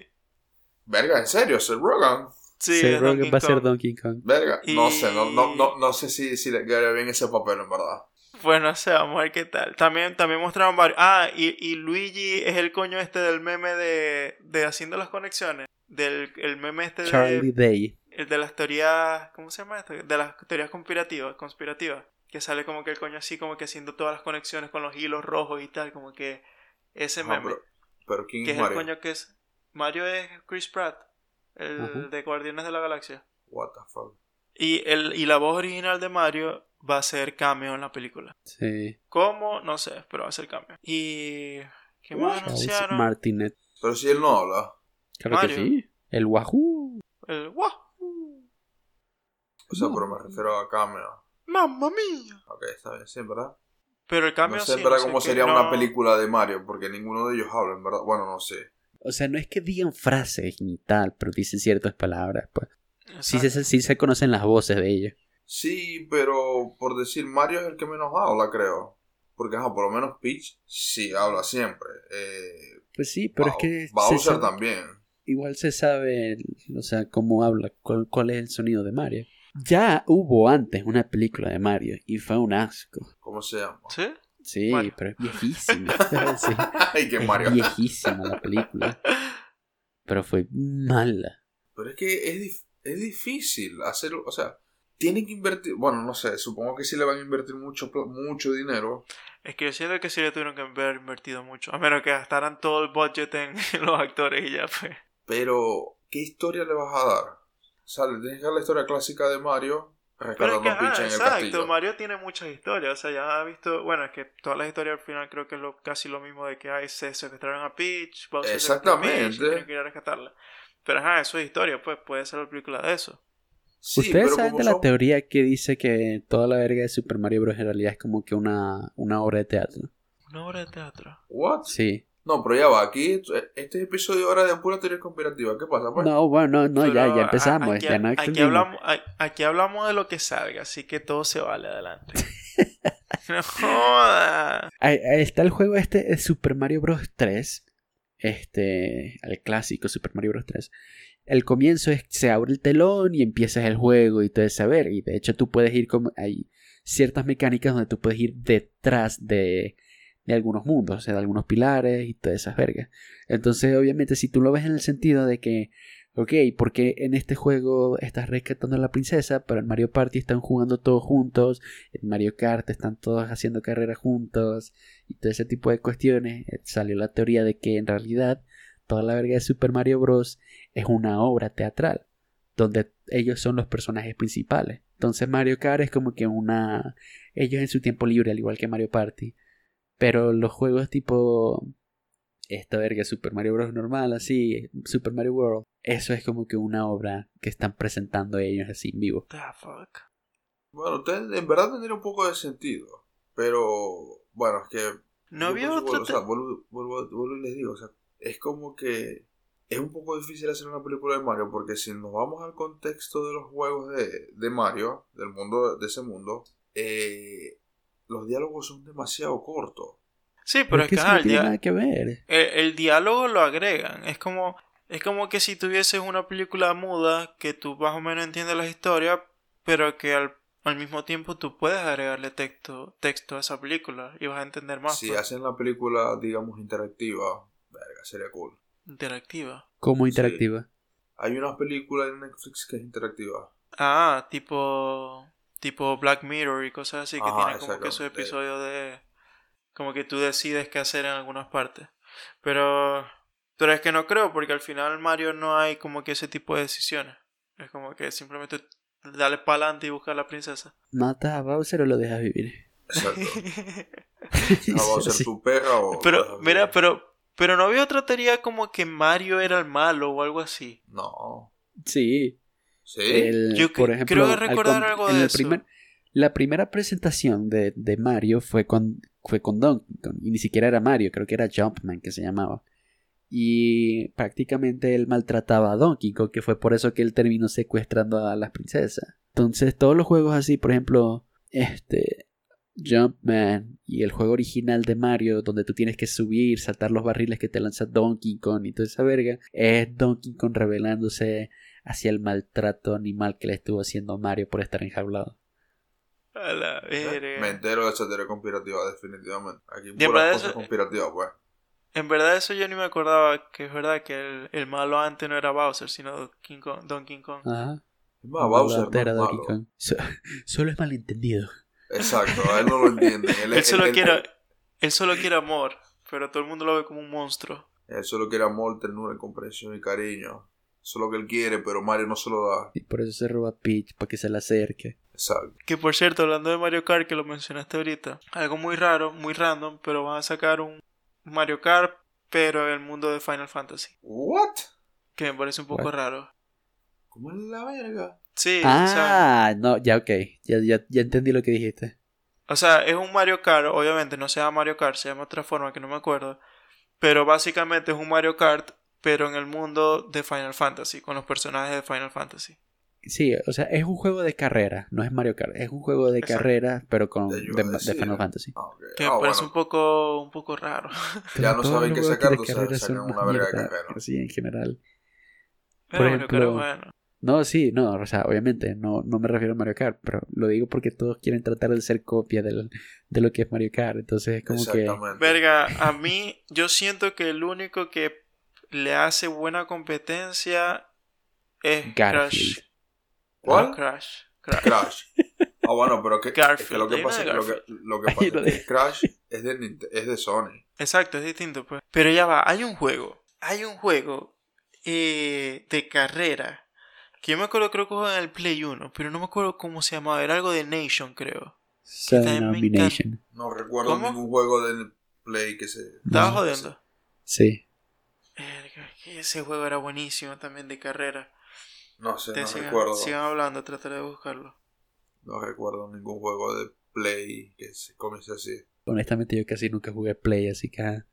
S2: Verga, en serio, Seth Rogen.
S3: Sí,
S1: Seth
S3: es
S1: Rogen
S3: Donkey
S1: va a ser
S3: Kong.
S1: Donkey Kong.
S2: Verga, no
S3: Y-
S2: sé, no, no, no, no sé si, si le quedaría bien ese papel, en verdad.
S3: Bueno, o sea, vamos a ver qué tal. También, también mostraron varios. Ah, y, y Luigi es el coño este del meme de, de haciendo las conexiones. Del el meme este
S1: Charlie
S3: de,
S1: Day.
S3: el de las teorías. ¿Cómo se llama esto? De las teorías conspirativas. conspirativas que sale como que el coño así, como que haciendo todas las conexiones con los hilos rojos y tal. Como que ese
S2: Ajá,
S3: meme.
S2: pero, pero ¿quién
S3: que
S2: es
S3: es el
S2: Mario?
S3: coño que es. Mario es Chris Pratt, el
S1: Ujú.
S3: de Guardianes de la Galaxia.
S2: What the fuck.
S3: Y, el, y la voz original de Mario va a ser cameo en la película.
S1: Sí.
S3: ¿Cómo? No sé, pero va a ser cambio. ¿Y
S1: Uh,
S3: qué más
S1: Charles
S3: anunciaron?
S1: Martinet.
S2: Pero si él no habla.
S1: Claro
S3: Mario.
S1: que sí. El Wahoo.
S3: El ¡Wow!
S2: O sea,
S1: No.
S2: pero me refiero a cameo.
S3: ¡Mamma mía!
S2: Ok, está bien, sí, ¿verdad?
S3: Pero el cambio
S2: no sé,
S3: sí,
S2: ¿verdad?
S3: no sé
S2: ¿Cómo
S3: qué,
S2: sería
S3: no.
S2: una película de Mario? Porque ninguno de ellos habla, en verdad. Bueno, no sé.
S1: O sea, no es que digan frases ni tal, pero dicen ciertas palabras. Pues. Sí,
S3: Exacto.
S1: se, sí se conocen las voces de ellos.
S2: Sí, pero por decir, Mario es el que menos habla, creo. Porque, ajá, por lo menos Peach sí habla siempre. Eh,
S1: Pues sí, pero
S2: Bau-
S1: es que se
S2: Bowser
S1: sabe-
S2: también.
S1: igual se sabe, o sea, cómo habla, cuál, cuál es el sonido de Mario. Ya hubo antes una película de Mario y fue un asco.
S2: ¿Cómo se llama?
S3: ¿Sí?
S1: Sí,
S3: Mario.
S1: pero es viejísima. Sí,
S2: Ay, qué
S1: es
S2: Mario.
S1: viejísima la película. Pero fue mala.
S2: Pero es que es, dif- es difícil hacerlo. O sea, tienen que invertir. Bueno, no sé, supongo que sí le van a invertir mucho, pl- mucho dinero.
S3: Es que yo siento que sí le tuvieron que haber invertido mucho. A menos que gastaran todo el budget en los actores y ya fue.
S2: Pero, ¿qué historia le vas a dar? O sea, le tienes que dar la historia clásica de Mario
S3: Pero es que,
S2: rescatando
S3: ah,
S2: pinche en el
S3: exacto,
S2: castillo.
S3: Mario tiene muchas historias, o sea, ya ha visto, bueno, es que todas las historias al final creo que es lo, casi lo mismo de que ay, se secuestraron a Peach, Bowser secuestró a Peach, y
S2: Exactamente.
S3: tienen que ir a rescatarla. Pero ajá, eso es historia, pues puede ser la película de eso.
S2: Sí,
S1: Ustedes
S2: pero
S1: saben
S2: como
S1: de la
S2: son-
S1: teoría que dice que toda la verga de Super Mario Bros. en realidad es como que una, una obra de teatro.
S3: Una obra de teatro.
S2: What?
S1: Sí.
S2: No, pero ya va, aquí este episodio ahora de pura teoría conspirativa. ¿Qué pasa? Pues?
S1: No, bueno, no, no, ya,
S3: Pero,
S1: ya
S3: a-
S1: empezamos.
S3: Aquí,
S1: ya no
S3: aquí,
S1: extendimos.
S3: hablamos, a- aquí hablamos de lo que salga, así que todo se vale adelante. no joda.
S1: Ahí- ahí está el juego este, el Super Mario Bros. 3. Este, el clásico Super Mario Bros. 3. El comienzo es, se abre el telón y empiezas el juego y todo ese saber. Y de hecho tú puedes ir como, hay ciertas mecánicas donde tú puedes ir detrás de, de algunos mundos, o sea, de algunos pilares y todas esas vergas. Entonces, obviamente, si tú lo ves en el sentido de que, ok, porque en este juego estás rescatando a la princesa, pero en Mario Party están jugando todos juntos, en Mario Kart están todos haciendo carreras juntos y todo ese tipo de cuestiones, eh, salió la teoría de que en realidad toda la verga de Super Mario Bros. es una obra teatral, donde ellos son los personajes principales. Entonces Mario Kart es como que una... ellos en su tiempo libre, al igual que Mario Party. Pero los juegos tipo... Esta verga Super Mario Bros. normal, así, Super Mario World. Eso es como que una obra que están presentando ellos así en vivo.
S3: The fuck.
S2: Bueno, ten- en verdad tendría un poco de sentido. Pero, bueno, es que Yo
S3: No había
S2: vuelvo-
S3: otro.
S2: O sea, vuelvo, vuelvo- vuelvo y les digo, o sea, es como que es un poco difícil hacer una película de Mario, porque si nos vamos al contexto de los juegos de, de Mario, del mundo, de ese mundo, eh, los diálogos son demasiado cortos.
S3: Sí, pero es que,
S1: eso
S3: ajá,
S1: no
S3: el
S1: tiene
S3: dia-
S1: nada que ver.
S3: el, el diálogo lo agregan. Es como, es como que si tuvieses una película muda que tú más o menos entiendes la historia, pero que al, al mismo tiempo tú puedes agregarle texto, texto a esa película y vas a entender más.
S2: si
S3: pues.
S2: hacen la película, digamos, interactiva, verga, sería cool.
S3: Interactiva.
S1: Como
S2: Sí.
S1: interactiva.
S2: Hay una película en Netflix que es interactiva.
S3: Ah, tipo, tipo Black Mirror y cosas así que
S2: Ajá,
S3: tienen como que esos
S2: exactamente.
S3: episodios de, como que tú decides qué hacer en algunas partes. Pero, pero es que no creo porque al final Mario no hay como que ese tipo de decisiones. Es como que simplemente dale para adelante y busca a la princesa.
S1: ¿Matas a Bowser o lo dejas vivir?
S2: Exacto. Ah, ¿Va a ser
S1: Sí.
S2: tu perra o...?
S3: Pero, mira, pero, pero no había otra teoría como que Mario era el malo o algo así.
S2: No.
S1: Sí.
S2: ¿Sí?
S1: el-
S3: Eh, Yo
S1: por
S3: cre-
S1: ejemplo,
S3: creo
S1: al
S3: recordar
S1: com-
S3: algo
S1: en
S3: de
S1: el
S3: eso.
S1: primer- la primera presentación de, de Mario fue con, fue con Donkey Kong. Y ni siquiera era Mario, creo que era Jumpman que se llamaba. Y prácticamente él maltrataba a Donkey Kong, que fue por eso que él terminó secuestrando a las princesas. Entonces, todos los juegos así, por ejemplo, este. Jumpman y el juego original de Mario, donde tú tienes que subir, saltar los barriles que te lanza Donkey Kong y toda esa verga, es Donkey Kong revelándose hacia el maltrato animal que le estuvo haciendo a Mario por estar enjaulado.
S3: A la verga.
S2: Me entero de esa teoría conspirativa, definitivamente. Aquí
S3: De
S2: puras
S3: verdad,
S2: cosas
S3: eso-
S2: conspirativas, pues.
S3: En verdad eso yo ni me acordaba que es verdad que el, el malo antes no era Bowser, sino King Kong, Don King Kong.
S1: Ajá.
S2: Es más, Ah, Bowser no
S1: Maltratera
S2: es
S1: de Donkey
S2: malo.
S1: Kong. So- solo es malentendido.
S2: Exacto, a él no lo entiende. Él,
S3: Él
S2: él-
S3: solo
S2: él-
S3: quiere, él solo quiere amor, pero todo el mundo lo ve como un monstruo.
S2: él solo quiere amor, ternura, comprensión y cariño. Eso es lo que él quiere, pero Mario no se lo da.
S1: Y por eso se roba a Peach, para que se le acerque.
S2: Exacto.
S3: Que por cierto, hablando de Mario Kart, que lo mencionaste ahorita, algo muy raro, muy random, pero van a sacar un Mario Kart, pero en el mundo de Final Fantasy,
S2: ¿What?
S3: que me parece un poco
S1: What?
S3: raro.
S2: ¿Cómo es la verga?
S3: Sí, o sea,
S1: ah, no, ya ok. Ya, ya, ya entendí lo que dijiste.
S3: O sea, es un Mario Kart, obviamente no se llama Mario Kart, se llama otra forma que no me acuerdo. Pero básicamente es un Mario Kart, pero en el mundo de Final Fantasy, con los personajes de Final Fantasy.
S1: Sí, o sea, es un juego de carrera, no es Mario Kart. Es un juego de
S3: Exacto.
S1: carrera, pero con
S2: Te
S1: de,
S2: iba a
S1: de
S2: decir.
S1: Final Fantasy.
S2: Ah, ok.
S3: Que
S2: Ah,
S3: me parece
S2: bueno.
S3: un poco, un poco raro.
S2: Ya no
S1: Todos
S2: saben
S1: los
S2: qué
S1: juegos
S2: sacar,
S1: de
S2: entonces
S1: carrera
S2: sacan
S1: son
S2: una
S1: más
S2: verga de
S1: mierda,
S2: carrera.
S1: Sí, en general. Por
S3: Pero Mario Kart es
S1: ejemplo,
S3: bueno.
S1: No, sí, no, o sea, obviamente, no, no me refiero a Mario Kart, pero lo digo porque todos quieren tratar de ser copia del- de lo que es Mario Kart, entonces es como que...
S2: Exactamente.
S3: Verga, a mí, yo siento que el único que le hace buena competencia es
S1: Garfield.
S3: Crash.
S2: ¿Cuál?
S3: No, Crash. Crash.
S2: Crash. Ah, bueno, pero que, es que
S3: Garfield,
S2: lo que
S3: ahí no
S2: pasa,
S3: hay
S2: lo que, lo que
S1: Ahí
S2: pasa
S1: lo
S2: es que Crash es de, Nint- es de Sony.
S3: Exacto, es distinto, pues. Pero ya va, hay un juego. Hay un juego eh, de carrera Que yo me acuerdo, creo que jugaba en el Play 1, pero no me acuerdo cómo se llamaba. Era algo de Nation, creo. también me encanta.
S1: Denomination.
S2: No recuerdo
S3: ¿Cómo?
S2: ningún juego del Play que se.
S3: Estaba
S1: No.
S3: jodiendo.
S1: Sí.
S3: Verga, que Ese juego era buenísimo también de carrera.
S2: No sé, no
S3: Ustedes sigan,
S2: recuerdo.
S3: sigan hablando, trataré de buscarlo.
S2: No recuerdo ningún juego de Play que se comience así.
S1: Honestamente, yo casi nunca jugué Play, así que. ah,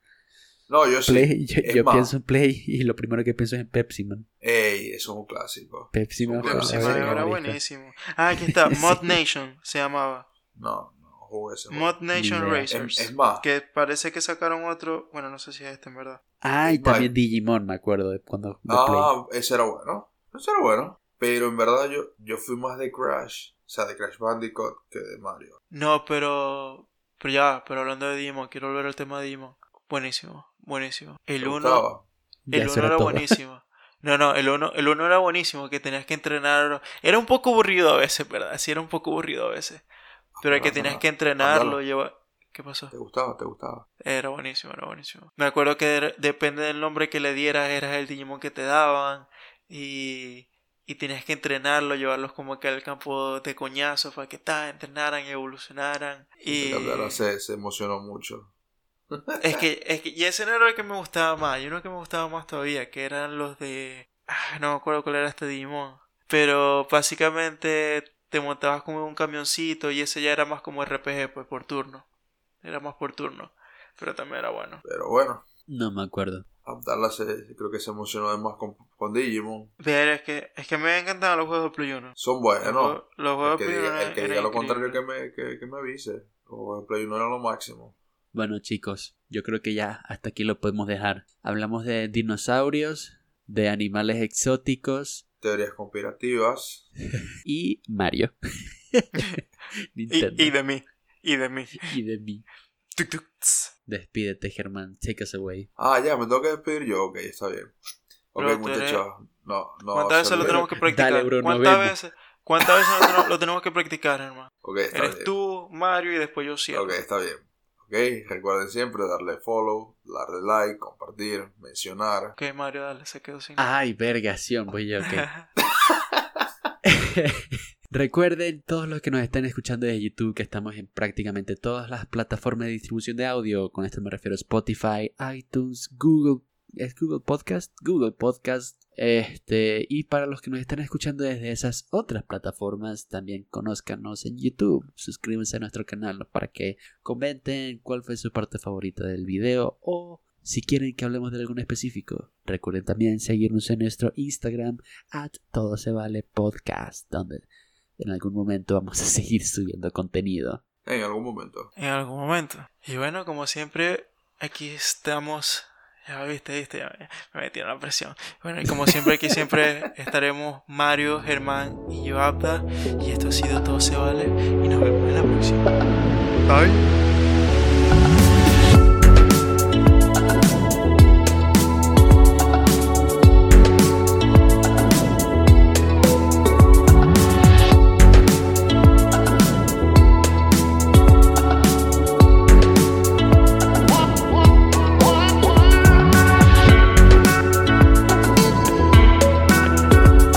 S2: No, yo sí.
S1: Play, yo,
S2: es
S1: yo
S2: más.
S1: pienso en Play y lo primero que pienso es en Pepsi Man.
S2: Ey, eso es un clásico.
S1: Pepsi Man fue
S2: Pepsi
S1: la
S3: Próxima
S2: Man
S1: verga,
S3: era
S1: marico.
S3: buenísimo. Ah, aquí está.
S1: Sí.
S3: Mod Nation se llamaba.
S2: No, no jugué ese juego.
S3: Mod Nation
S1: idea.
S3: Racers.
S2: Es, es más,
S3: Que parece que sacaron otro. Bueno, no sé si es este en verdad.
S1: Ah, y
S2: Vale.
S1: también Digimon, me acuerdo de cuando. de Play.
S2: ah, ese era bueno. Ese era bueno. Pero en verdad yo, yo fui más de Crash, o sea, de Crash Bandicoot que de Mario.
S3: No, pero. Pero ya, pero hablando de Digimon, quiero volver al tema de Digimon. Buenísimo, buenísimo. El
S2: ¿Te
S3: 1
S2: gustaba?
S1: Ya
S3: el
S1: eso
S3: uno era
S1: todo.
S3: buenísimo. No, no, el 1 el uno era buenísimo, que tenías que entrenar. Era un poco aburrido a veces, ¿verdad? Sí, era un poco aburrido a veces. Pero el que
S2: Ándalo,
S3: tenías
S2: ándalo.
S3: que entrenarlo, lleva... ¿Qué pasó?
S2: ¿Te gustaba? ¿Te gustaba?
S3: Era buenísimo, era buenísimo. Me acuerdo que de- depende del nombre que le dieras, eras el Digimon que te daban. Y, y tenías que entrenarlo, llevarlos como que al campo de coñazo para que ta, entrenaran y evolucionaran. Y
S2: La verdad, se, se emocionó mucho.
S3: es que, es que y ese no era el que me gustaba más. Y uno que me gustaba más todavía, que eran los de. Ah, no me acuerdo cuál era este Digimon. Pero básicamente te montabas como en un camioncito y ese ya era más como RPG, pues por turno. Era más por turno. Pero también era bueno.
S2: Pero bueno,
S1: No me acuerdo.
S2: Abdala se, creo que se emocionó además con, con Digimon.
S3: Ver, es que, es que me encantaban los juegos de Play 1.
S2: Son
S3: Los
S2: buenos.
S3: juegos- Los
S2: El
S3: juegos
S2: que
S3: de Play
S2: diga,
S3: 1
S2: el que
S3: eran
S2: diga lo contrario que
S3: increíbles.
S2: me, que, que me avise. O el Play 1 era lo máximo.
S1: Bueno, chicos, yo creo que ya hasta aquí lo podemos dejar. Hablamos de dinosaurios, de animales exóticos
S2: Teorías conspirativas.
S1: y Mario. Nintendo.
S3: Y, y de mí. Y de mí.
S1: y de mí.
S3: Tuc, tuc, tss.
S1: Despídete, Germán. Take us away.
S2: Ah, ya, me tengo que despedir yo. Ok, está bien. Ok,
S3: Pero tú eres-
S2: muchachos. No, no.
S3: ¿Cuántas veces lo
S2: saludos.
S3: tenemos que practicar?
S1: Dale, bro, nos
S3: ¿Cuántas
S1: vemos.
S3: veces, cuántas veces lo, tenemos, lo tenemos que practicar, hermano?
S2: Ok, está
S3: Eres
S2: bien.
S3: tú, Mario y después yo cierro.
S2: Ok, está bien. Ok, recuerden siempre darle follow, darle like, compartir, mencionar.
S3: Ok, Mario, dale, se quedó sin.
S1: Ay, vergación, voy yo, Ah, ok. Recuerden todos los que nos están escuchando desde YouTube que estamos en prácticamente todas las plataformas de distribución de audio. Con esto me refiero a Spotify, iTunes, Google, ¿es Google Podcast, Google Podcast. Este, y para los que nos están escuchando desde esas otras plataformas, también conózcanos en YouTube. Suscríbanse a nuestro canal para que comenten cuál fue su parte favorita del video o si quieren que hablemos de algún específico. Recuerden también seguirnos en nuestro Instagram at Todo Se Vale Podcast, donde en algún momento vamos a seguir subiendo contenido.
S2: En algún momento.
S3: En algún momento. Y bueno, como siempre, aquí estamos. Ya viste, viste, ya me- me metieron la presión. Bueno, y como siempre, aquí siempre estaremos Mario, Germán y yo, Abda. Y esto ha sido Todo Se Vale. Y nos vemos en la próxima. Bye.